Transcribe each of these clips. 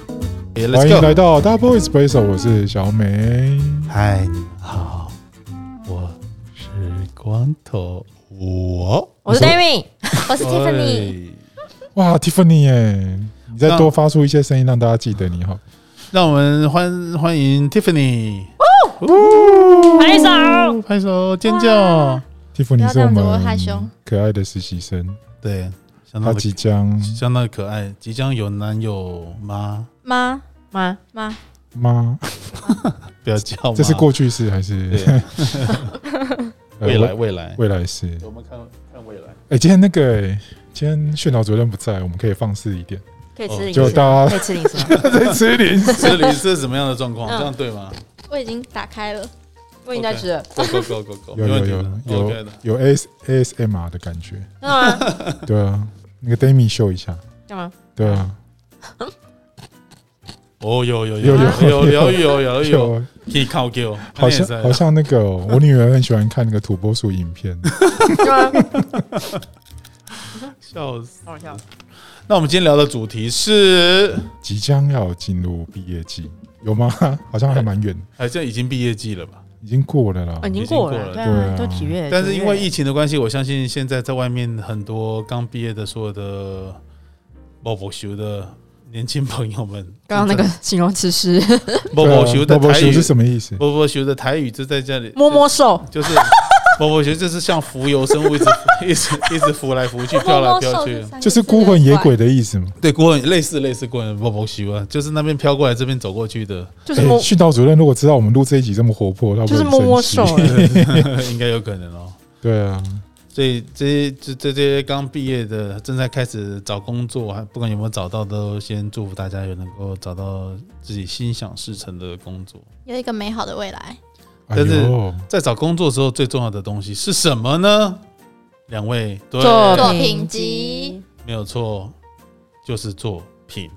节欢，Let's 迎 go。来到 Double Espresso，我是小美。嗨，你好，我是光头，我我是 Darry，我是 Tiffany。 Tiffany。哇，Tiffany 耶，你再那多发出一些声音，让大家记得你好。让我们欢欢迎 Tiffany，拍手，拍手尖叫。 Tiffany 要是这我样子我会害们羞可爱的实习生，对，相她当的即将相当的可爱，即将有男友吗？妈妈妈，吗？不要叫妈，这是过去式还是对啊 呃 未来未来，未来式？我们看看未来。哎，今天那个哎，今天训导主任不在，我们可以放肆一点，可以吃零食就吗，大家可以吃零食 吗。在吃 零食。这里是什么样的状况？嗯这样对吗我已经打开了，我已经在吃了， ？Go go go go go，有没问有题有的有，OK 的。有 AS ASMR 的感觉，真的吗？对啊，那个 Demi 秀一下，干嘛？对啊，哦，有有有有有有有有有，就可以靠给我，好像好像那个哦、我女儿很喜欢看那个土拨鼠影片， 是吗？ 笑死。好好笑。那我们今天聊的主题是，即将要进入毕业季，有吗？ 好像还蛮远，好像已经毕业季了吧？已经过了啦哦，已。经已经过过了了，对对啊啊，都几月？但是因为一疫情的关系，我相信现在在外面很多刚毕业的所有的报博修的年轻朋友们，刚刚那个 形容词是报博修的啊波台语是什么意思？波波学的台语就在这里 摸摸手，就是波波学就是像浮游生物一直 一直一直浮来浮去，飘来飘去。就是孤魂野鬼，的意思吗？对，国文类似类似国文波波修啊，就是那边飘过来这边走过去的， 就是哎，摸，训导主任如果知道我们录这一集这么活泼，他不就会是摸摸很生手气。。应该有可能哦。对啊，所以这些这这这些刚毕业的，正在开始找工作，还不管有没有找到，都先祝福大家有能够找到自己心想事成的工作。有一个美好的未来。哎但是呦，在找工作的时候，最重要的东西是什么呢？两位对，作品品集集，没有错，就是作品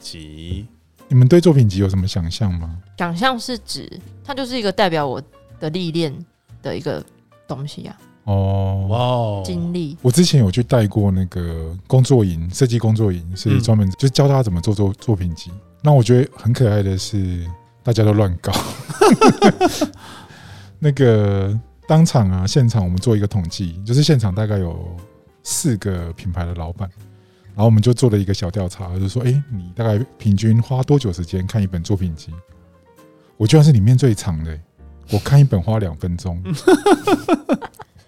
集。你们对作品集有什么想象吗？奖项是指它就是一个代表我的历练的一个东西啊，哇哦，哦，经历。我之前有去带过那个工作营，设计工作营是嗯专门就教大家怎么做作作品集。那我觉得很可爱的是，大家都乱搞。 那个当场啊，现场我们做一个统计，就是现场大概有四个品牌的老板，然后我们就做了一个小调查，就说：哎、你大概平均花多久时间看一本作品集？我居然是里面最长的欸、我看一本花两分钟，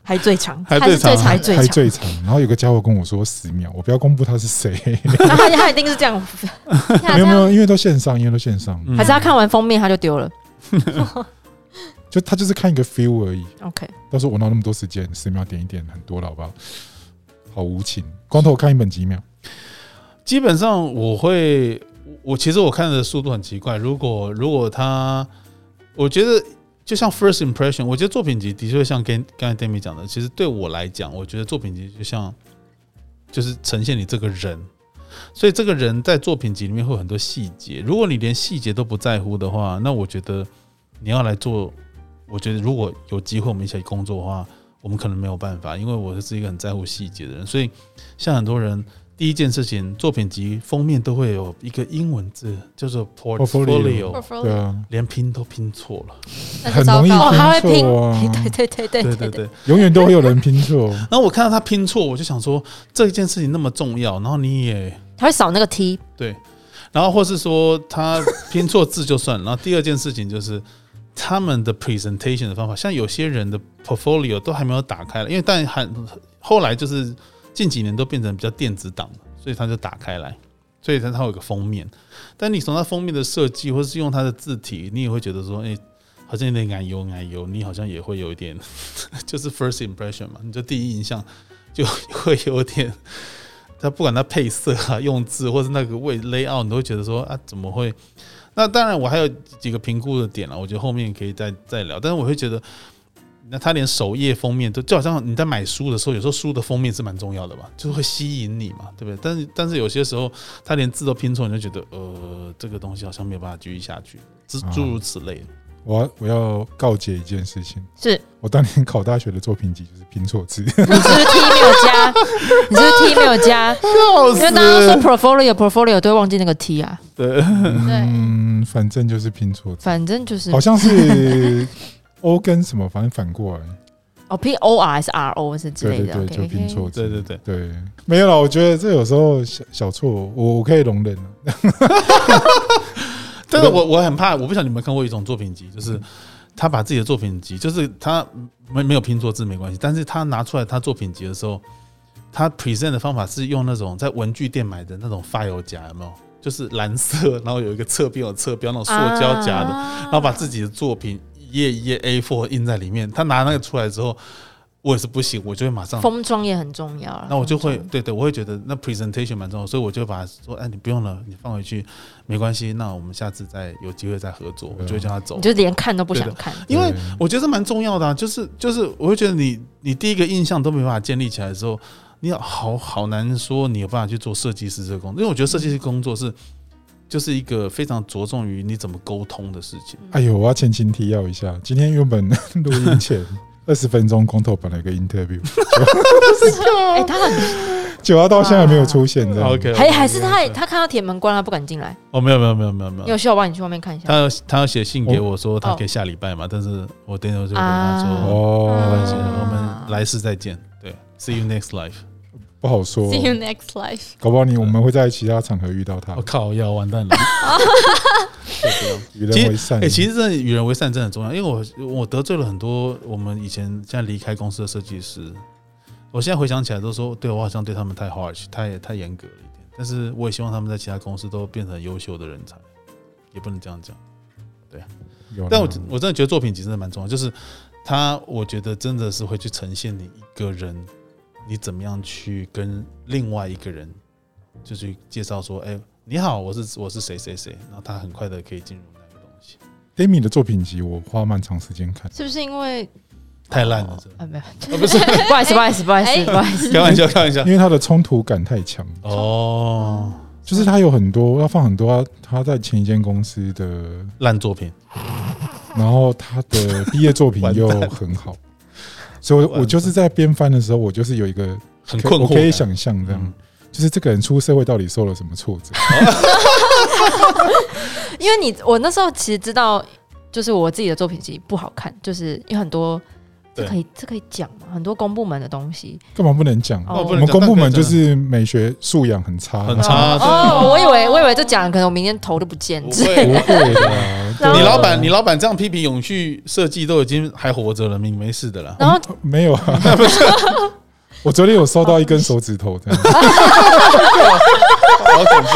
还最长，还还最是长啊，最还长最还长，最长。然后有个家伙跟我说十秒，我不要公布他是谁， 然后他他一定是 这样，没有没有，因为都线上，因为都线上，嗯还是他看完封面他就丢了就他就是看一个 feel 而已。 ？OK，到时候我哪那么多时间，十秒点一点很多了，好不好？好无情，光头看一本几秒，基本上我会，我其实我看的速度很奇怪。如果如果他，我觉得就像 first impression，我觉得作品集的确像跟刚才 d a m i 讲的，其实对我来讲，我觉得作品集就像就是呈现你这个人，所以这个人在作品集里面会有很多细节。如果你连细节都不在乎的话，那我觉得你要来做，我觉得如果有机会我们一起工作的话，我们可能没有办法，因为我是一个很在乎细节的人，所以像很多人。第一件事情，作品集封面都会有一个英文字，叫做 Portfolio portfolio，对 portfolio 啊，连拼都拼错了。那很就容糟易糕哦，了。还会拼拼错啊，对对对对对对对对，对。永远都会有人拼错。然后我看到他拼错，我就想说这件事情那么重要，然后你也他会扫那个 T，对，然后或是说他拼错字就算了。然后第二件事情就是他们的 presentation 的方法，像有些人的 portfolio 都还没有打开了，因为但还后来就是近几年都变成比较电子档了，所以他就打开来。所以它它有一个封面，但你从它封面的设计，或是用它的字体，你也会觉得说，哎、好像有点奶油奶油，你好像也会有一点， 就是 first impression 嘛，你就第一印象就会有点， 它不管它配色啊、用字或是那个位 layout，你都会觉得说啊，怎么会？那当然，我还有几个评估的点了，啊我觉得后面可以再再聊。但是我会觉得，那它连首页封面都就好像你在买书的时候，有时候书的封面是蛮重要的吧，就是会吸引你嘛，对不对？但是但是有些时候，它连字都拼错，你就觉得呃，这个东西好像没有办法继续下去，诸啊诸如此类的。我要我要告诫一件事情， 是我当年考大学的作品集就是拼错字，你是不是 T 没有 加？你是不是 T 没有加？笑因为大家说 portfolio portfolio 都会忘记那个 T 啊，对， 嗯，反正就是拼错字，反正就是好像是 O 跟什么，反正反过来，哦 P O R 还是 R O 是之对类对的对， ，OK，OK，就拼错字，对对对，对，没有啦，我觉得这有时候小小错，我我可以容忍啊。但是我我很怕，我不晓得你们有没有看过一种作品集，就是他把自己的作品集，就是他没没有拼错字没关系，但是他拿出来他作品集的时候，他 present 的方法是用那种在文具店买的那种 file 夹，有没有？就是蓝色，然后有一个侧边有侧标那种塑胶夹的，啊然后把自己的作品一页一页 A4 印在里面。他拿那个出来之后，我也是不行，我就会马上哦封装也很重要啊。那我就会封装对对，我会觉得那 presentation 蛮重要，所以我就把它说，哎，你不用了，你放回去，没关系，那我们下次再有机会再合作，我就会叫他走你，就连看都不想对 看，因为啊对我觉得这蛮重要的、啊，就是就是，我会觉得你你第一个印象都没办法建立起来的时候，你好好难说你有办法去做设计师这个工作，因为我觉得设计师工作是就是一个非常着重于你怎么沟通的事情，嗯哎呦，我要前情提要一下，今天原本 录 音前二十分钟，空头本来一个 interview，啊哎，他很结果他到现在还没有出现，这样哦 OK，还还啊是他他看到铁门关了，他不敢进来。嗯哦，没有没有没有没有没你有有。需要我帮你去外面看一下他有他要写信给我说他哦可以下礼拜嘛，但是我等一下就跟他说，啊关系，哦，我们来世再见。对，See you next life。不好说， See you next life。搞不好你我们会在其他场合遇到他我、，哦靠，要完蛋了。对不要与人为善 哎、。其实真的与人为善真的很重要，因为我我得罪了很多我们以前现在离开公司的设计师，我现在回想起来都说，对我好像对他们太 harsh，太太严格了一点。但是我也希望他们在其他公司都变成优秀的人才，也不能这样讲。有哦啦但我我真的觉得作品集真的蛮重要，就是它，我觉得真的是会去呈现你一个人，你怎么样去跟另外一个人，就去介绍说，哎、你好，我是我是谁谁谁，然后他很快的可以进入那个东西， Amy 的作品集，我花蛮长时间看，是不是因为太烂了，是吧啊？没有， 啊不是，不好意思，不好意思，不好意思，哎不好意思。开玩笑，开玩笑因。为他的冲突感太强， 哦，就是他有很多要放很多他他在前一间公司的，烂作品，然后他的毕业作品完蛋又很好，所以完我蛋我就是在边翻的时候，我就是有一个很可困惑我感。可以想象这样。嗯就是这个人出社会到底受了什么挫折？因为你我那时候其实知道，就是我自己的作品集不好看，就是有很多这对可以这可以讲嘛，很多公部门的东西。干嘛不能讲？哦不我能们讲公部门但可就以讲是美学素养很差，很差啊哦，我以为我以为这讲了，可能我明天头都不见不之会类不的。会的。啊然 后你老板，你老板这样批评永续设计都已经还活着了，你没事 的啦。然后没有啊？ 我昨天有收到一根手指头，这样。好恐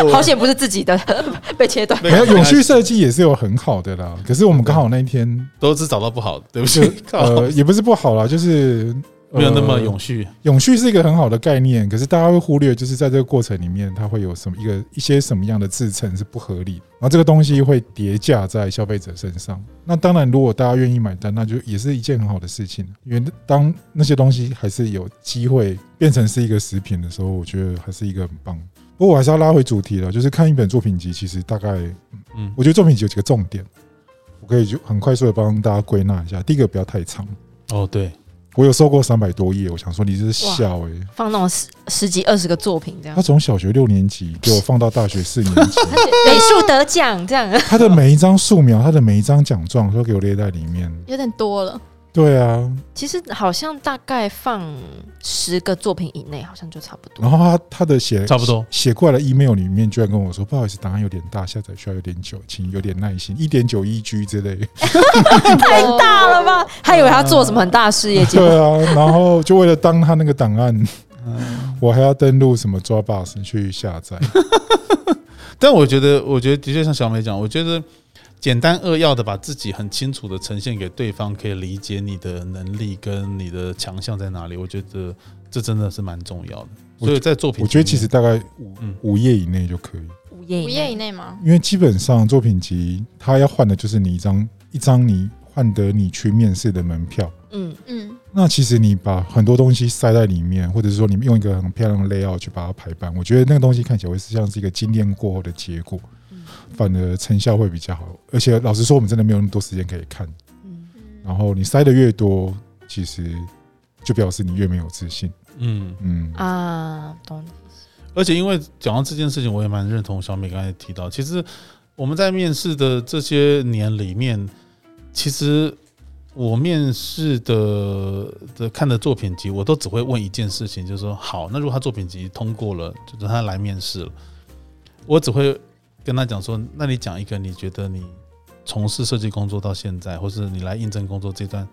怖好哦，险不是自己的 被切断，没没有永续设计也是有很好的啦，可是我们刚好那一天都是找到不好的，对不就起， 靠呃，也不是不好啦，就是呃没有那么永续。永续是一个很好的概念，可是大家会忽略，就是在这个过程里面，它会有什么一个一些什么样的制成是不合理的，然后这个东西会叠加在消费者身上。那当然，如果大家愿意买单，那就也是一件很好的事情，因为当那些东西还是有机会变成是一个食品的时候，我觉得还是一个很棒。不过我还是要拉回主题了，就是看一本作品集，其实大概嗯，我觉得作品集有几个重点，我可以就很快速的帮大家归纳一下。第一个不要太长，哦，对，我有收过三百多页，我想说你这是欸笑诶、放那种十十几二十个作品这样他，从小学六年级给我放到大学四年级，美术得奖这样，他的每一张素描，他的每一张奖状都给我列在里面。有点多了，对啊，其实好像大概放十个作品以内，好像就差不多然。后他他的写差不多写过来的 email 里面，居然跟我说：“不好意思，档案有点大，下载需要有点久，请有点耐心，一点九一 G 之类。太大了吧？还以为他做什么很大的事业”结 果对啊，然后就为了当他那个档案，我还要登录什么 Dropbox 去下载。但我觉得，我觉得的确像小美讲，我觉得简单扼要的把自己很清楚的呈现给对方，可以理解你的能力跟你的强项在哪里。我觉得这真的是蛮重要的。我所以在作品里面，我觉得其实大概五嗯五页以内就可以。五页五页以内吗？因为基本上作品集它要换的就是你一张一张你换得你去面试的门票。嗯，嗯，那其实你把很多东西塞在里面，或者是说你用一个很漂亮的 layout 去把它排版，我觉得那个东西看起来会是像是一个精炼过后的结果嗯。反而成效会比较好。而且老实说，我们真的没有那么多时间可以看。嗯，然后你塞的越多，其实就表示你越没有自信。嗯，嗯，啊，懂。而且因为讲到这件事情，我也蛮认同小美刚才提到，其实我们在面试的这些年里面，其实我面试的的看的作品集，我都只会问一件事情，就是说，好，那如果他作品集通过了，就让他来面试了，我只会跟他讲说，那你讲一个你觉得你从事设计工作到现在，或是你来应征工作这段。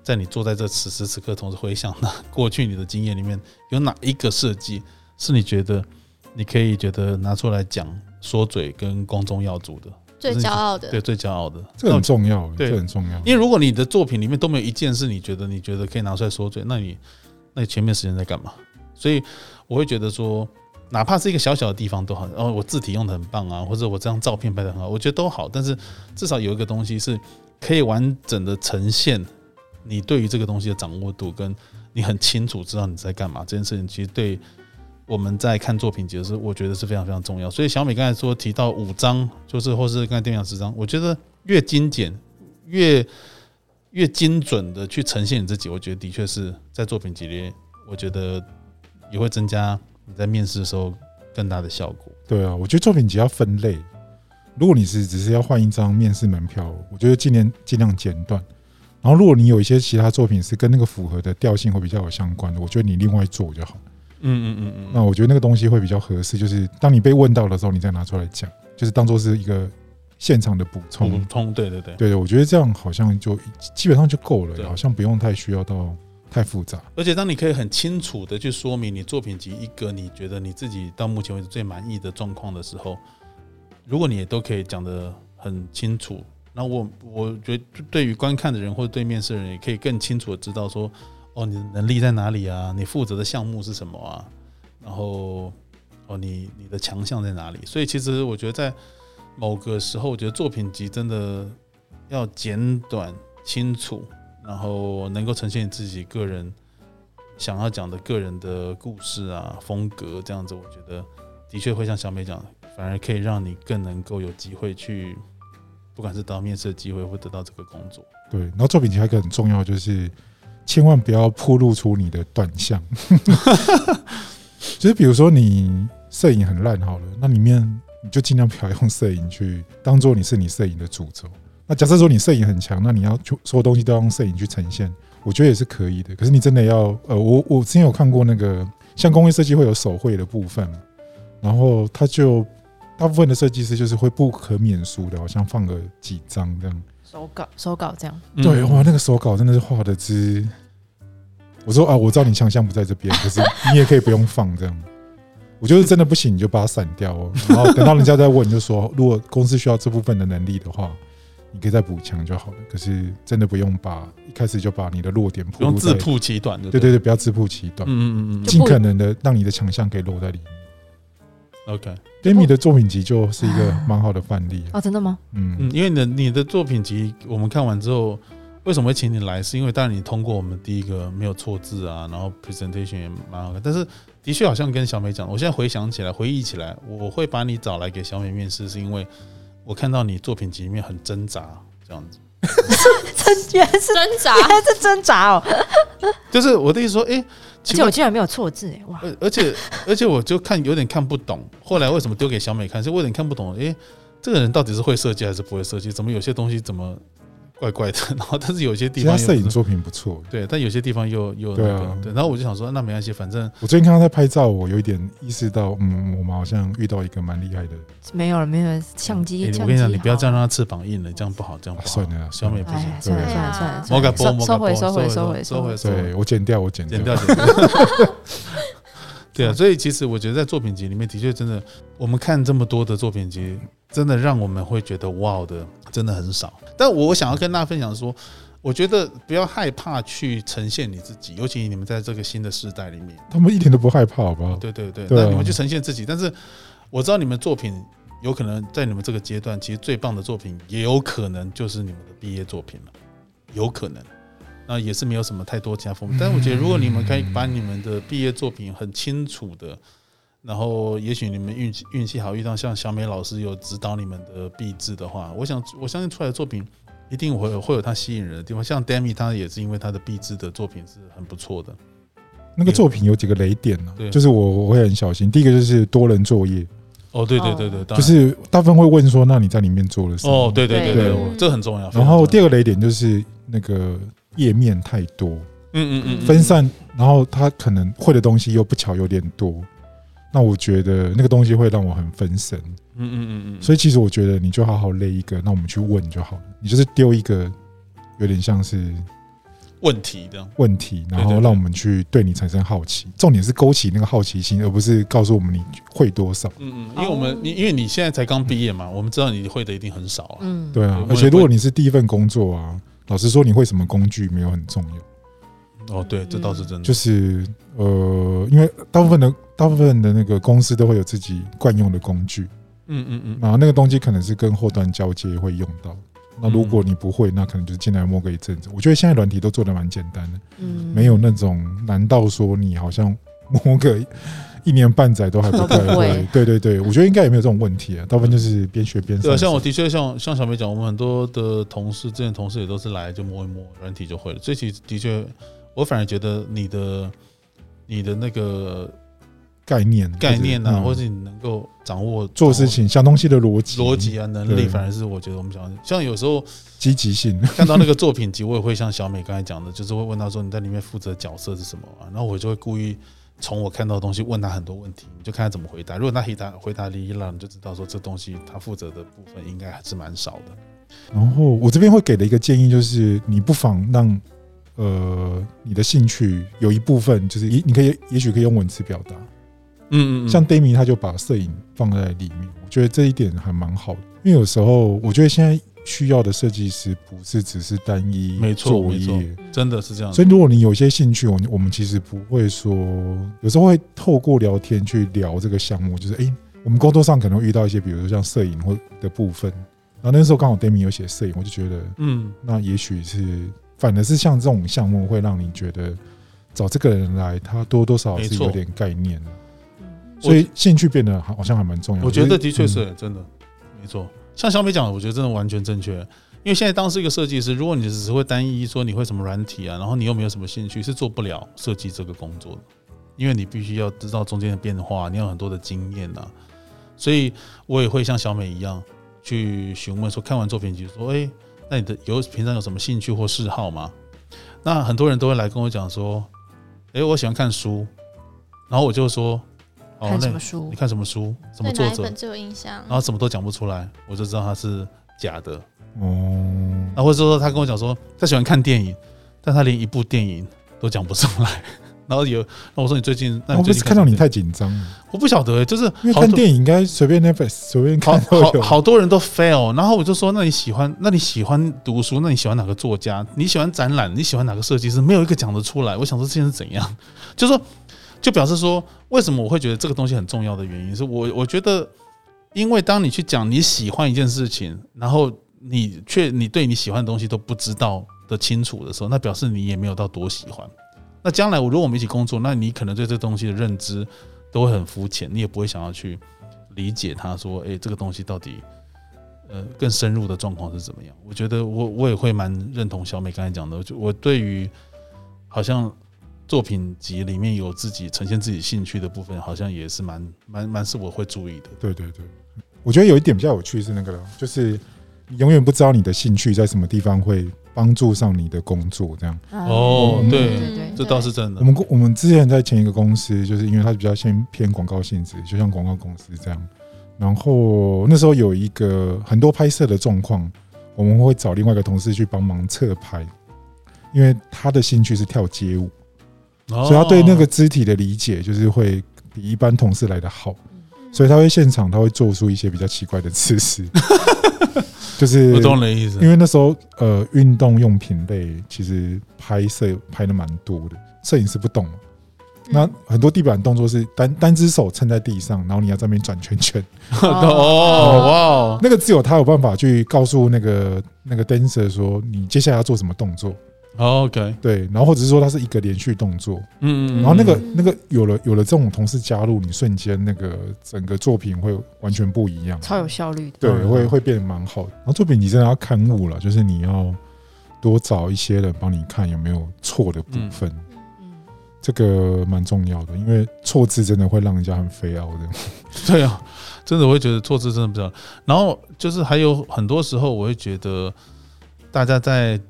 在你坐在这此时此刻，同时回想到过去你的经验里面，有哪一个设计是你觉得你可以觉得拿出来讲说嘴跟光宗耀祖的，最骄傲的对，最骄傲的。这个很重要，对这很重要。因为如果你的作品里面都没有一件是你觉得你觉得可以拿出来说嘴，那你那你前面时间在干嘛？所以我会觉得说，哪怕是一个小小的地方都好，哦，我字体用的很棒啊，或者我这张照片拍的很好，我觉得都好，但是至少有一个东西是可以完整的呈现你对于这个东西的掌握度，跟你很清楚知道你在干嘛这件事情，其实对。我们在看作品集的时候，我觉得是非常非常重要。所以小美刚才说提到五张，就是或是刚才店长十张，我觉得越精简越越精准的去呈现你自己，我觉得的确是在作品集里，我觉得也会增加你在面试的时候更大的效果。对啊，我觉得作品集要分类。如果你是只是要换一张面试门票，我觉得尽量尽量简短。然后，如果你有一些其他作品是跟那个符合的调性会比较有相关的，我觉得你另外做就好。嗯嗯嗯那我觉得那个东西会比较合适，就是当你被问到的时候，你再拿出来讲，就是当做是一个现场的补充。补充，对对对，对，我觉得这样好像就基本上就够对了，好像不用太需要到太复杂。而且当你可以很清楚的去说明你作品集一个你觉得你自己到目前为止最满意的状况的时候，如果你也都可以讲得很清楚，那我我觉得对于观看的人或者对面试的人也可以更清楚的知道说，哦，你的能力在哪里啊？你负责的项目是什么啊？然后哦，你你的强项在哪里？所以其实我觉得在某个时候，我觉得作品集真的要简短清楚，然后能够呈现你自己个人想要讲的个人的故事啊、风格这样子，我觉得的确会像小美讲，反而可以让你更能够有机会去，不管是得到面试的机会，或得到这个工作。对，然后作品集还有一个很重要，就是千万不要暴露出你的短项。 就是比如说你摄影很烂好了，那里面你就尽量不要用摄影去当做你是你摄影的主轴。那假设说你摄影很强，那你要就所有东西都要用摄影去呈现，我觉得也是可以的。可是你真的要，呃，我我之前有看过那个，像工业设计会有手绘的部分嘛，然后他就大部分的设计师就是会不可免俗的，好像放个几张这样。手稿手稿这样，对，哇，那个手稿真的是画的之……我说啊，我知道你强项不在这边，可是你也可以不用放这样。我觉得真的不行，你就把它散掉哦。然后等到人家再问，你就说，如果公司需要这部分的能力的话，你可以再补强就好了。可是真的不用把一开始就把你的弱点不铺用露在自，曝其短，对对对对，对，不要自曝其短，嗯嗯嗯就尽可能的让你的强项可以露在里面。嗯，OK， Demi 的作品集就是一个蛮好的范例啊、哦，真的吗？嗯嗯，因为你的你的作品集我们看完之后。为什么会请你来？是因为当然你通过我们第一个没有错字啊，然后 presentation 也蛮好看，但是的确好像跟小美讲，我现在回想起来、回忆起来，我会把你找来给小美面试，是因为我看到你作品集里面很挣扎这样子。真 原来是挣 扎，原来是挣扎哦，就是我的意思说，哎、而奇且怪我竟然没有错字哎，哇，而而且而且我就看有点看不懂，后来为什么丢给小美看，是我有点看不懂，哎、这个人到底是会设计还是不会设计？怎么有些东西怎么怪怪的？然后但是有些其地实他方又摄影不是作品不错，对，但有些地方又又那对个啊对，然后我就想说，那没关系，反正我最近看他在拍照，我有一点意识到，嗯，我们好像遇到一个蛮厉害的。没有了，没有了，相机诶，相机哎我跟你讲，你不要好这样让他翅膀硬了，这样不好，这样啊不好算。了啦，小美不哎行呀，算了对算了啊算了，摩算卡了波，哎收摩收卡波，回收收回回收回回，收收回，对我剪掉，我剪剪掉掉，。剪掉。 对啊，所以其实我觉得在作品集里面，的确真的，我们看这么多的作品集，真的让我们会觉得哇哦的，真的很少。但我想要跟大家分享说，我觉得不要害怕去呈现你自己，尤其你们在这个新的时代里面，他们一点都不害怕，好不好？对对对，对啊那你们去呈现自己。但是我知道你们作品有可能在你们这个阶段，其实最棒的作品也有可能就是你们的毕业作品了，有可能。那也是没有什么太多加分，但是我觉得如果你们可以把你们的毕业作品很清楚的然后也许你们运气运气好，遇到像小美老师有指导你们的壁纸的话，我想我相信出来的作品一定会有会有它吸引人的地方。像 Demi，他也是因为他的壁纸的作品是很不错的。那个作品有几个雷点呢、对就是我我会很小心。第一个就是多人作业，哦，对对哦对对，当然就是大部分会问说，那你在里面做了什么？哦，对对对对对，我这很重要。然后二，第二个雷点就是那个页面太多，嗯嗯嗯嗯，分散，然后他可能会的东西又不巧有点多，那我觉得那个东西会让我很分神。嗯，嗯嗯嗯嗯，所以以其实我觉得你就好好列一个，那我们去问就好了。你就是丢一个有点像是问题这样，问题，然对后对对让我们去对你产生好奇。重点是勾起那个好奇心，而不是告诉我们你会多少。嗯嗯，因为我们你因为你现在才刚毕业嘛，我们知道你会的一定很少啊。嗯，对啊，对而且如果你是第一份工作啊，老实说，你会什么工具没有很重要，哦，对，这倒是真的。就是呃，因为大部分的大部分的那个公司都会有自己惯用的工具，嗯嗯嗯，然后那个东西可能是跟后端交接会用到。那嗯如果你不会，那可能就是进来摸个一阵子。我觉得现在软体都做的蛮简单的，嗯没有那种难到说你好像摸个一年半载都还不太都不会会。对对对，我觉得应该也没有这种问题啊，大部分就是边学边对啊，上手。像我的确像像小梅讲，我们很多的同事，之前同事也都是来就摸一摸软体就会了。所以其实的确，我反而觉得你的你的那个概念概念啊，或者者你能够掌握做事情相东西的逻辑、掌握逻辑啊能力，对反而是我觉得我们想要像有时候积极性。 看到那个作品集，我也会像小美刚才讲的，就是会问她说你在里面负责角色是什么啊？然后我就会故意从我看到的东西问她很多问题，你就看她怎么回答。如果她回答回答哩啦，你就知道说这东西她负责的部分应该还是蛮少的。然后我这边会给的一个建议就是，你不妨让呃你的兴趣有一部分就是也你可以也许可以用文字表达，嗯像 d a m i 他就把摄影放在里面，我觉得这一点还蛮好的，因为有时候我觉得现在需要的设计师不是只是单一没错作没错嗯业。嗯真的是这样子所以，如果你有一些兴趣，我们我们其实不会说，有时候会透过聊天去聊这个项目，就是诶，我们工作上可能会遇到一些，比如说像摄影或的部分。然后那时候刚好 d a m i 有写摄影，我就觉得嗯，那也许是，反而是像这种项目会让你觉得找这个人来，他多多少少没是错有点概念的，嗯所以兴趣变得好好像还蛮重要。我觉得的确嗯是、真的，没错。像小美讲的，我觉得真的完全正确。因为现在当是一个设计师，如果你只是会单一说你会什么软体啊，然后你又没有什么兴趣，是做不了设计这个工作的。因为你必须要知道中间的变化，你要有很多的经验啊。所以我也会像小美一样去询问说，看完作品集说，哎、那你的有平常有什么兴趣或嗜好吗？那很多人都会来跟我讲说，哎、我喜欢看书，然后我就说，哦，看那什么书你？看什么书，什么对作哪一者，本嗯最有印象然？后什么都讲不出来，我就知道他是假的。哦，那或者说他跟我讲说他喜欢看电影，但他连一部电影都讲不出来。 然后有，那我说你最近，那我你最不哦是近看到什你么电太紧张了，影，我不晓得、欸，就是因为好看多电影应该随便 Netflix 随便好看都好有。好多人都 fail，然后我就说，那你喜欢，那你喜欢读书，那你喜欢哪个作家？你喜欢展览？你喜欢哪个设计师？没有一个讲得出来。我想说这件事怎样，就说就表示说，为什么我会觉得这个东西很重要的原因，是我我觉得，因为当你去讲你喜欢一件事情，然后你却你对你喜欢的东西都不知道的清楚的时候，那表示你也没有到多喜欢。那将来我如果我们一起工作，那你可能对这东西的认知都会很肤浅，你也不会想要去理解他说，诶，这个东西到底呃更深入的状况是怎么样？我觉得我我也会蛮认同小美刚才讲的，我就我对于好像作品集里面有自己呈现自己兴趣的部分，好像也是蛮蛮蛮是我会注意的。对对对，我觉得有一点比较有趣是那个了，就是你永远不知道你的兴趣在什么地方会帮助上你的工作。这样，哦嗯对对对这对倒是真的我。们公我们之前在前一个公司，就是因为它比较先偏广告性质，就像广告公司这样。然后那时候有一个很多拍摄的状况，我们会找另外一个同事去帮忙侧拍，因为他的兴趣是跳街舞。所哦所以他对那个肢体的理解就是会比一般同事来的好，嗯所以他会现场他会做出一些比较奇怪的 姿势，就哦是我懂你的意 思因。为那时候呃运动用品类其实拍摄拍的蛮多的，摄影师不懂嘛，嗯嗯那很多地板动作是单单只手撑在地上，然后你要在那边转圈圈， 哦哇哦，那个只有他有办法去告诉那个那个 dancer 说你接下来要做什么动作，哦 OK，对，然后或者是说它是一个连续动作，嗯，嗯嗯然后那个那个有了有了这种同事加入，你瞬间那个整个作品会完全不一样，超有效率的。对，嗯会会变得蛮好的。然后作品你真的要刊物了，就是你要多找一些人帮你看有没有错的部分，嗯，这个蛮重要的，因为错字真的会让人家很飞傲的。 对啊，真的我会觉得坐姿真的不知道。然后就是还有很多时候，我会觉得大家在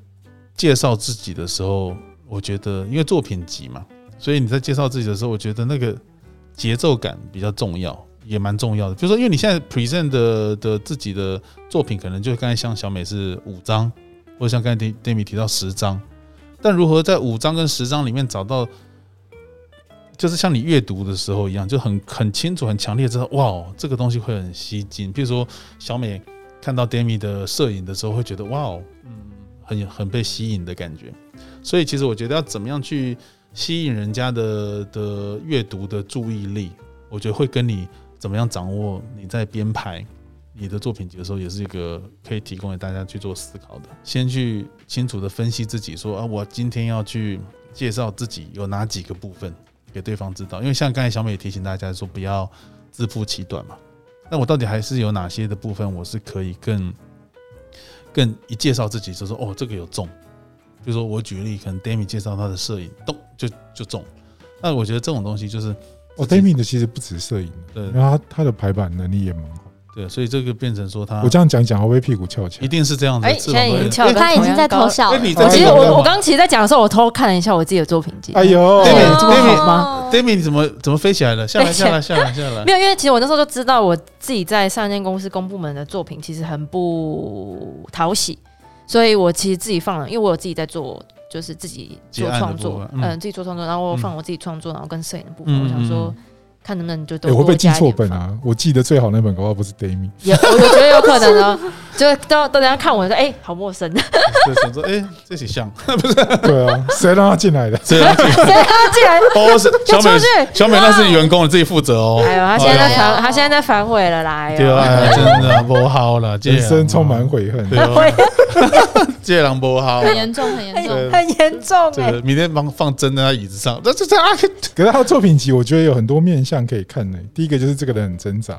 介绍自己的时候，我觉得因为作品集嘛，所以你在介绍自己的时候，我觉得那个节奏感比较重要，也蛮重要的。比如说，因为你现在 present 的的自己的作品，可能就刚才像小美是五张，或者像刚才 d a m i 提到十张，但如何在五张跟十张里面找到就是像你阅读的时候一样，就很很清楚、很强烈知道，哇哦，这个东西会很吸睛。比如说小美看到 Demi 的摄影的时候，会觉得哇哦，嗯，很很被吸引的感觉。所以其实我觉得要怎么样去吸引人家的的阅读的注意力，我觉得会跟你怎么样掌握你在编排你的作品集的时候，也是一个可以提供给大家去做思考的。先去清楚的分析自己说啊，我今天要去介绍自己有哪几个部分。给对方知道，因为像刚才小美也提醒大家说不要自负其短嘛。那我到底还是有哪些的部分我是可以更更一介绍自己就说哦这个有中，比如说我举例，可能 Demi 介绍他的摄影，咚就就中。那我觉得这种东西就是哦自己，Dami 的其实不止摄影的，对因为他他的排版能力也蛮好。对，所以这个变成说他我这样讲一讲，会不会屁股翘起一来？定是这样子哎，，翅现膀在已会经翘得跟他已同经样在高偷笑哎了。你我在其实讲我干嘛我刚其实在讲的时候，我偷看了一下我自己的作品集。哎呦，对有对这么好吗？哦，Demi 你怎么怎么飞起来了？下来下来下来下来没，有，因为其实我那时候就知道我自己在上一间公司公部门的作品其实很不讨喜，所以我其实自己放了，因为我有自己在做，就是自己做创结案的作部，分嗯、嗯自己做创作，然后我放我自己创作，然后跟摄影的部分，嗯我想嗯说看能不能就都哎，会不多会记加一错点本放啊？我记得最好那本搞不好不是 Dami，也我我觉得有可能哦，就到到等下看我说，哎、好陌生， 就想说哎这几项，对啊，谁让他进来的？这样子谁他哎啊竟然哦是小要出美去？小美那是员工，你自己负责哦。哎呦，他现在在哎呦反，他现在在反悔了啦，哎对呦， 啊，真的不啊好了，这人样生充满悔恨。对悔啊，这人不好很。严重，很严重。对啊很严重这哎、个明天帮放针在他椅子上， 这这这啊！可是他的作品集，我觉得有很多面向可以看呢、第一个就是这个人很挣扎，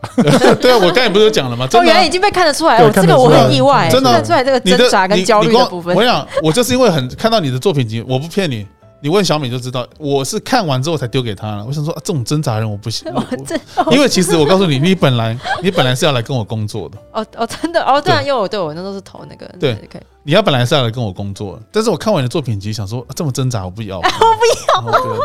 对啊，我刚才不是有讲了吗？ 哦，真的原啊、来已经被看得出来对了，这看得个我出来很意外、真的啊看得出来这个你挣扎跟焦虑的部分你你。光我想，我就是因为很看到你的作品集，我不骗你， 你问小美就知道，我是看完之后才丢给她了。我想说，啊、这种挣扎人我不 行，哦，我真 因为其实我告诉你，你本来 你本来是要来跟我工作的，哦哦，真的哦，对啊，对因为我对我那时候是投那个，对可以你要本来是要来跟我工作的，但是我看完你的作品集，想说、啊、这么挣扎我 不要，我不要，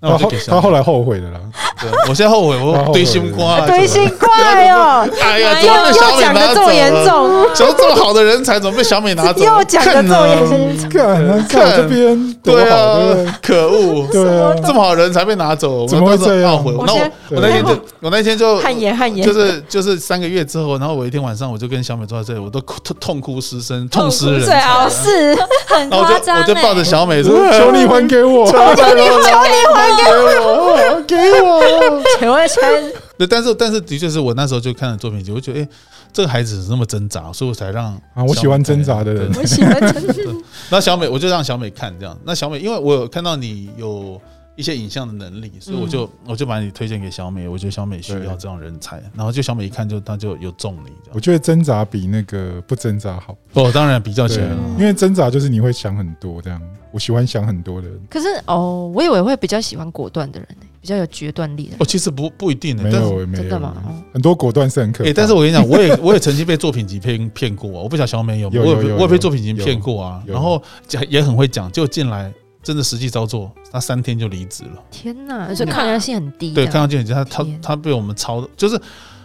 那他我就后哦给小美他后来后悔的啦。对我现在后悔，我堆心瓜啊了。堆心怪哦，哎呀，怎么被小又美讲拿的这走么严了？重，怎么这么好的人才，怎么被小美拿走？又讲的这么严重。看他在我这边多对好，对不啊，可恶，对？对啊，这么好的人才被拿走，怎么会这样我那时候懊悔？我那现我在我那天就我那天就汗颜汗颜，就是就是三个月之后，然后我一天晚上我就跟小美坐在这里，我都哭痛痛哭失声，痛失人最好才。 是很然后夸我就张我欸。就抱着小美我说 说：“ 求你还给我，啊求你还给 我，给我。”请问现在对，但是但是的确是我那时候就看了作品集，我就觉得哎、诶这个孩子是那么挣扎，所以我才让啊我喜欢挣扎的人对我喜欢真的那小美我就让小美看这样，那小美因为我有看到你有一些影像的能力，所以我就、我就把你推荐给小美，我觉得小美需要对这样人才，然后就小美一看就她就有中你这我样。觉得挣扎比那个不挣扎好，哦，当然比较起对来了，，因为挣扎就是你会想很多这样。我喜欢想很多的人， 嗯可是哦，我以为会比较喜欢果断的人欸，比较有决断力的人，哦，其实不不一定的、没但是。有没真有的吗哦，很多果断是很可哎、怕。但是我跟你讲，我也我也曾经被作品集骗骗过啊！我不晓得小美有没有我有也被有我也被有作品集有骗过啊。有然后讲也很会讲，就进来真的实际操作，她三天就离职了。天哪，所以抗压性很低这嗯对，样，看到经理他他嗯天他被我们抄，就是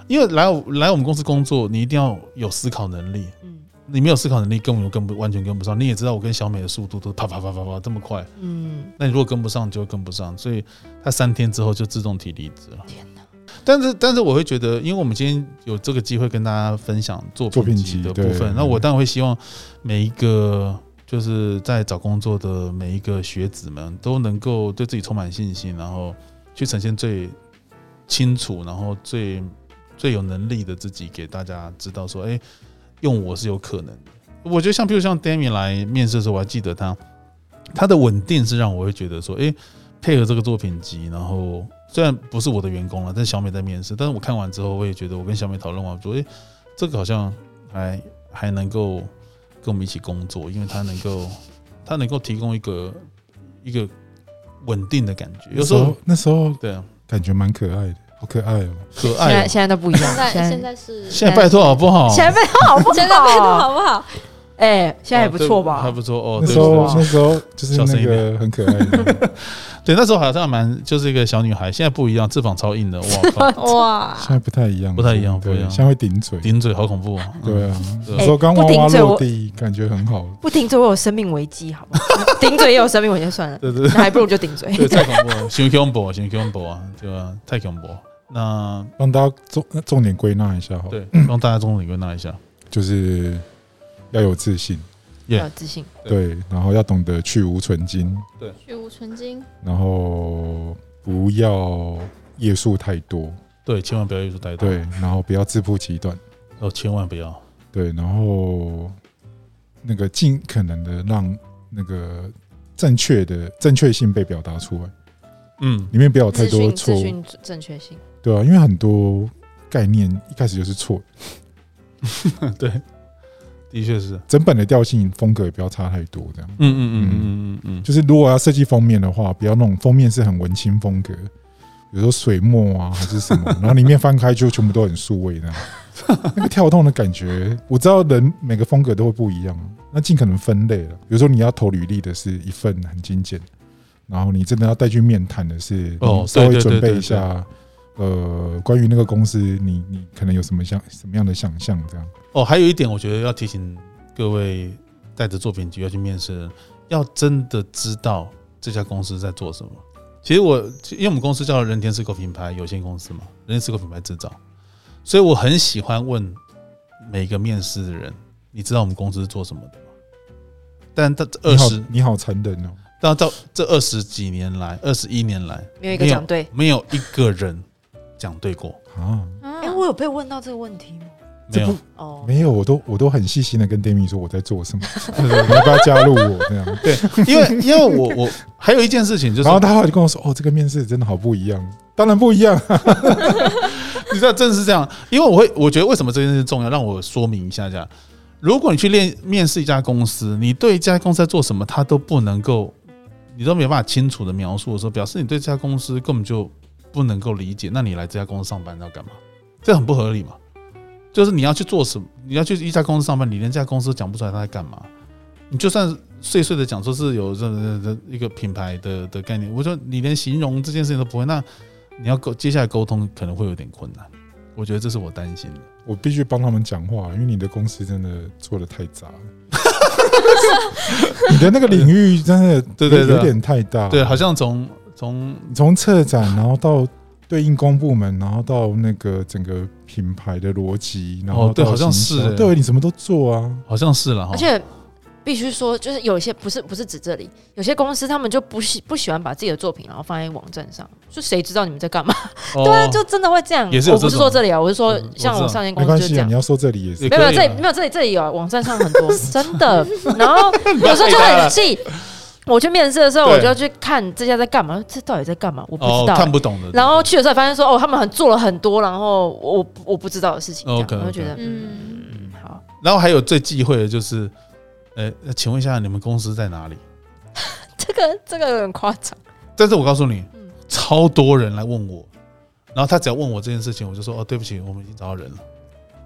因为来我来我们公司工作，你一定要有思考能力。嗯你没有思考能力，根本就跟不完全跟不上。你也知道，我跟小美的速度都啪啪啪啪啪这么快，嗯，那你如果跟不上，就会跟不上。所以他三天之后就自动提离职了。天哪！但是但是我会觉得，因为我们今天有这个机会跟大家分享作作品品集集的对部分，那我当然会希望每一个就是在找工作的每一个学子们都能够对自己充满信心，然后去呈现最清楚，然后最最有能力的自己给大家知道说，哎、用我是有可能的。我觉得像，比如像 Demi 来面试的时候，我还记得他，它的稳定是让我会觉得说，诶，配合这个作品集，然后虽然不是我的员工了，但小美在面试，但是我看完之后，我也觉得我跟小美讨论完，我说，诶，这个好像还还能够跟我们一起工作，因为它能够它能够提供一个一个稳定的感觉，有时候那时候对啊，感觉蛮可爱的，好可爱哦。可现爱在哦、现在都不一样现，在现在现在是现在拜托好不好？前辈好不好？现在拜托 好不好？哎，现在还哦不对错吧还？ 不错哦。那对时不候起那时候就是小声那一个很可爱的，对，那时候好像蛮就是一个小女孩，现在不一样，脂肪超硬的，哇靠， 哇，现在不太一样，不太一样对不一样现在会顶嘴。顶嘴好恐怖啊！对啊，对那时候刚不娃顶娃嘴落我地，感觉很好。不顶嘴我有生命危机，好不好？ 顶嘴也有生命危机，算了，对对对那还不如就顶 嘴。对，太恐怖了，熊恐怖，熊恐怖啊，对吧？太恐怖。那让大家重重点归纳一下哈，对，让大家中午领会那一下，就是要有自信，对要哦有自信，对，然后要懂得去无存菁，去无存金，然后不要夜数太多，对，千万不要艺术带动，对，然后不要自曝其短，哦，千万不要，对，然后那个尽可能的让那个正确的正确性被表达出来，嗯，里面不要有太资多讯错资误，讯正确性，对啊，因为很多概念一开始就是错的，对，的确是，整本的调性风格也不要差太多，这样。嗯嗯嗯嗯嗯就是如果要设计封面的话，不要那种封面是很文青风格，比如说水墨啊还 是什么，然后里面翻开就全部都很数位那样，那个跳动的感觉，我知道人每个风格都会不一样，啊那尽可能分类了。比如说你要投履历的是一份很精简，然后你真的要带去面谈的是，哦你稍微对对对准备对一下。呃，关于那个公司，你你可能有什么想什么样的想象？这样嗯。哦，还有一点，我觉得要提醒各位带着作品集要去面试的人，要真的知道这家公司在做什么。其实我因为我们公司叫人天思狗品牌有限公司嘛，人天思狗品牌制造，所以我很喜欢问每个面试的人，你知道我们公司是做什么的吗？但他你二好十，你好残忍哦！到到这二十几年来，二十一年来，没有一个讲对。没有一个人讲对过，啊，哎哎，我有被问到这个问题吗？没这有不。哦，没有，我都我都很细心的跟 Demi 说我在做什么， 你要不要加入我这样？对，因为因为我我还有一件事情就是 然，后他后来就跟我说：“哦，这个面试真的好不一样。”当然不一样， 你知道，正是这样，因为我会，我觉得为什么这件事重要，让我说明一下下。如果你去练面试一家公司，你对一家公司在做什么，他都不能够，你都没办法清楚的描述的时候，表示你对这家公司根本就不能够理解。那你来这家公司上班要干嘛？这很不合理嘛？就是你要去做什么，你要去一家公司上班，你连这家公司都讲不出来他在干嘛。你就算碎碎的讲说是有这这这一个品牌的的概念，我说你连形容这件事情都不会，那你要沟接下来沟通可能会有点困难，我觉得这是我担心的。我必须帮他们讲话，因为你的公司真的做的太 杂了，你的那个领域真的 对对对有点太大。对，好像从从你从策展，然后到对应公部门，然后到那个整个品牌的逻辑，然后哦对到好像行是销欸对你什么都做啊，好像是了哈而，且必须说，就是有一些不是不是指这里，有些公司他们就不喜不喜欢把自己的作品然后放在网站上，就谁知道你们在干嘛？哦对啊，就真的会这样。也是有我这种不是说这里啊，我是说嗯我知道像我上间公没司关就这系啊。样你。要说这里也是也 没有没可有以这啊里没有这里这里有啊，网站上很 多真的，然后有时候就很气。我去面试的时候，对我就去看这家在干嘛，这到底在干嘛？我不知哦道欸、看不懂的，然后去的时候发现说，哦，他们很做了很多，然后我我我不知道的事情，这样 OK，OK 我就觉得嗯嗯，嗯好，然后还有最忌讳的就是，呃，那请问一下你们公司在哪里？ 这个这个很夸张，但是我告诉你嗯，超多人来问我，然后他只要问我这件事情，我就说哦，对不起，我们已经找到人了。啊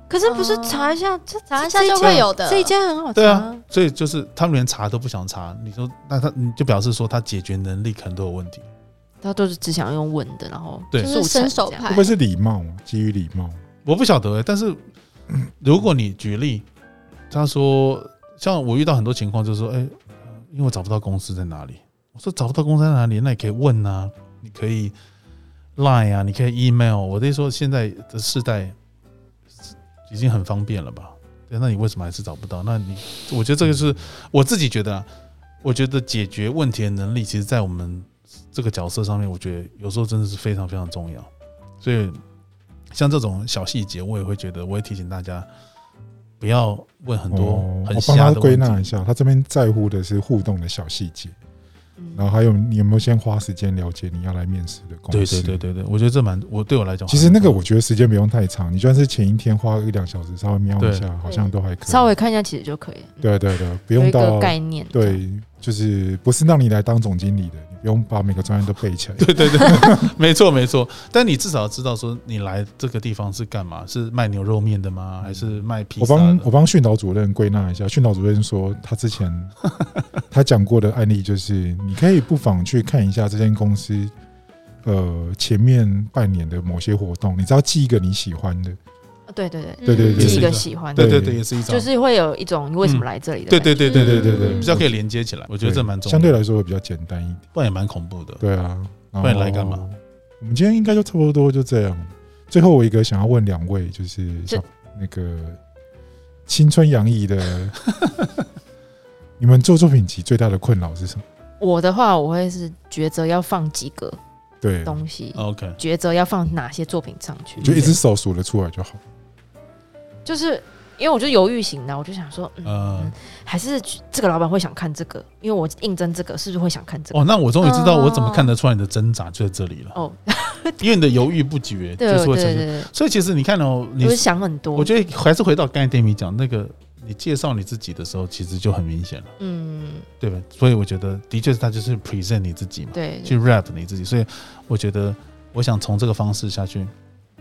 可是不是哦查一下，这查一下就会有的。这一家很好查，对啊，所以就是他们连查都不想查，你说那他你就表示说他解决能力可能都有问题。他都是只想用问的，然后对就是速成伸手这样会牌不会，是礼貌啊？基于礼貌，我不晓得、欸，但是嗯如果你举例，他说像我遇到很多情况，就是说，哎、因为我找不到公司在哪里，我说找不到公司在哪里，那你可以问啊，你可以 Line 啊，你可以 email。我的意思说，现在的世代已经很方便了吧？对，那你为什么还是找不到？那你，我觉得这个是我自己觉得、啊，我觉得解决问题的能力，其实在我们这个角色上面，我觉得有时候真的是非常非常重要。所以，像这种小细节，我也会觉得，我也提醒大家，不要问很多哦很我帮瞎他的问归题。纳一下，他这边在乎的是互动的小细节，嗯然后还有你有没有先花时间了解你要来面试的公对司？对对对对，我觉得这蛮我对我来讲，其实那个我觉得时间不用太长，你就算是前一天花个一两小时稍微瞄一对下，好像都还可以。稍微看一下其实就可以了，嗯对对对，不有用一个到概念。对，就是不是让你来当总经理的，你不用把每个专业都背起来。对对对，没错没错。但你至少知道说你来这个地方是干嘛？是卖牛肉面的吗？还是卖披我萨帮的？我帮训导主任归纳一下，训导主任说他 之前他讲过的案例就是，你可以不妨去看一下这间公司，呃，前面半年的某些活动，你只要记一个你喜欢的，呃对对对，嗯对对对记一是个的喜欢的对，对对，也是一种，就是会有一种你为什么来这里的对感觉。对对对对对对，嗯比较可以连接起来。我觉得这蛮重要，相对来说会比较简单一点。不然也蛮恐怖的。对啊，不然你来干嘛？我们今天应该就差不多就这样。最后我一个想要问两位，就是这小那个青春洋溢的， 你们做作品集最大的困扰是什么？我的话，我会是抉择要放几个对，东西， OK，抉择要放哪些作品上去，就一只手数得出来就好。就是因为我就犹豫型的，我就想说，嗯，呃，还是这个老板会想看这个，因为我应征这个是不是会想看这个？哦，那我终于知道我怎么看得出来你的挣扎就在这里了，哦，因为你的犹豫不决就对是对会呈现。对对，所以其实你看哦，你我就想很多。我觉得还是回到刚才 d a m i 讲那个，你介绍你自己的时候，其实就很明显了，嗯，对吧？所以我觉得的确是他就是 present 你自己嘛，对，去 rap 你自己，所以我觉得我想从这个方式下去，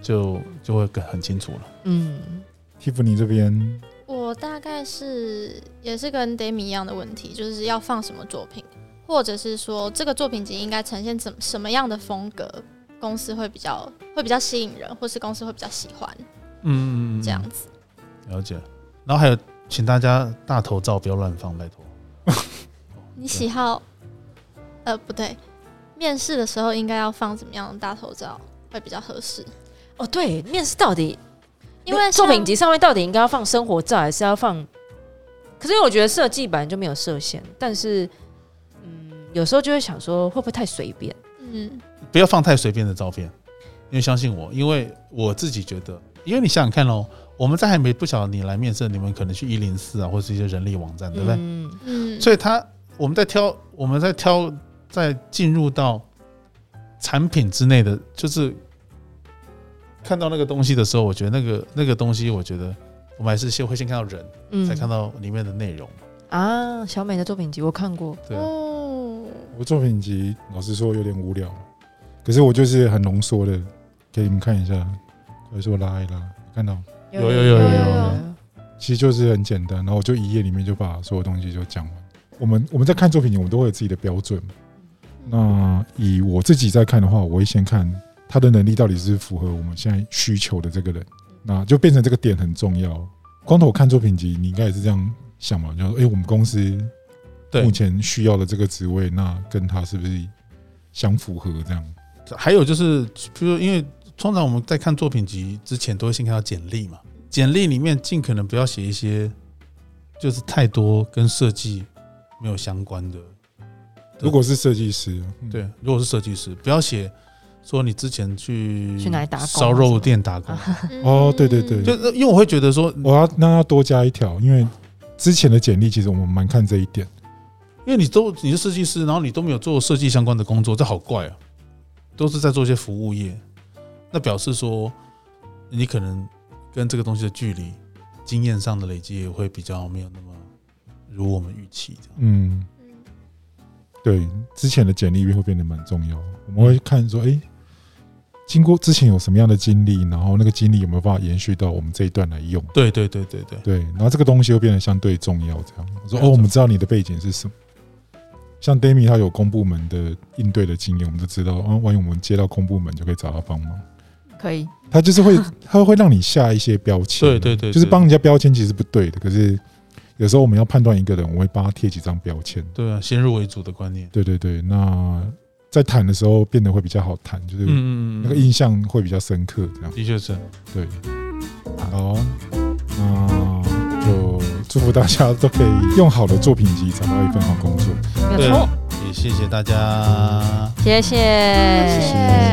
就就会更很清楚了。嗯， Tiffany 这边，我大概是也是跟 d a m i 一样的问题，就是要放什么作品，或者是说这个作品集应该呈现怎什么样的风格，公司会比较会比较吸引人，或是公司会比较喜欢嗯，这样子。了解。然后还有，请大家大头照不要乱放，拜 托。你喜好，呃，不对，面试的时候应该要放怎么样的大头照会比较合适？哦，对，面试到底因为作品像集上面到底应该要放生活照，还是要放？可是因为我觉得设计本来就没有设限，但是嗯，有时候就会想说会不会太随便？嗯，不要放太随便的照片，因为相信我，因为我自己觉得，因为你想想看哦，我们在还没不晓得你来面试，你们可能去一零四啊，或是一些人力网站，对不对？嗯，嗯，所以他我们在挑，我们在挑，在进入到产品之内的，就是看到那个东西的时候，我觉得那个那个东西，我觉得我们还是先会先看到人，嗯才看到里面的内容。啊，小美的作品集我看过，对，哦，我作品集老实说有点无聊，可是我就是很浓缩的，给你们看一下，快速拉一拉，看到有有有有有有其实就是很简单，然后我就一页里面就把所有东西就讲完。我们我们在看作品集，我们都会有自己的标准嘛。那以我自己在看的话，我会先看他的能力到底是符合我们现在需求的这个人，那就变成这个点很重要。光头看作品集，你应该也是这样想嘛？就是哎、诶我们公司对目前需要的这个职位，那跟他是不是相符合？这样还有就是，比如因为通常我们在看作品集之前，都会先看到简历嘛，简历里面尽可能不要写一些就是太多跟设计没有相关的。嗯如果是设计师，嗯对，如果是设计师，不要写说你之前去去哪里打工啊烧肉店打 工，嗯哦对对对就因为我会觉得说，我要那要多加一条，因为之前的简历其实我们蛮看这一点。因为你都你是设计师，然后你都没有做设计相关的工作，这好怪啊！都是在做一些服务业，那表示说你可能跟这个东西的距离、经验上的累积也会比较没有那么如我们预期这样。嗯，对，之前的简历会变得蛮重要。我们会看说，哎、经过之前有什么样的经历，然后那个经历有没有办法延续到我们这一段来用？对对对对对，对，然后这个东西又变得相对重要。这样，我没有说哦，错我们知道你的背景是什么。像 d a m i 他有公部门的应对的经验，我们就知道，啊，万一我们接到公部门就可以找他帮忙。可以，他就 是会，他会让你下一些标签。啊对对对对就是帮人家标签其实不对的，可是有时候我们要判断一个人，我会帮他贴几张标签。对啊，先入为主的观念，对对对，那在谈的时候变得会比较好谈，就是嗯嗯嗯那个印象会比较深刻，这样的确是。对。好，啊那就祝福大家都可以用好的作品集找到一份好工作。没有对错，也谢谢大家。谢谢，谢谢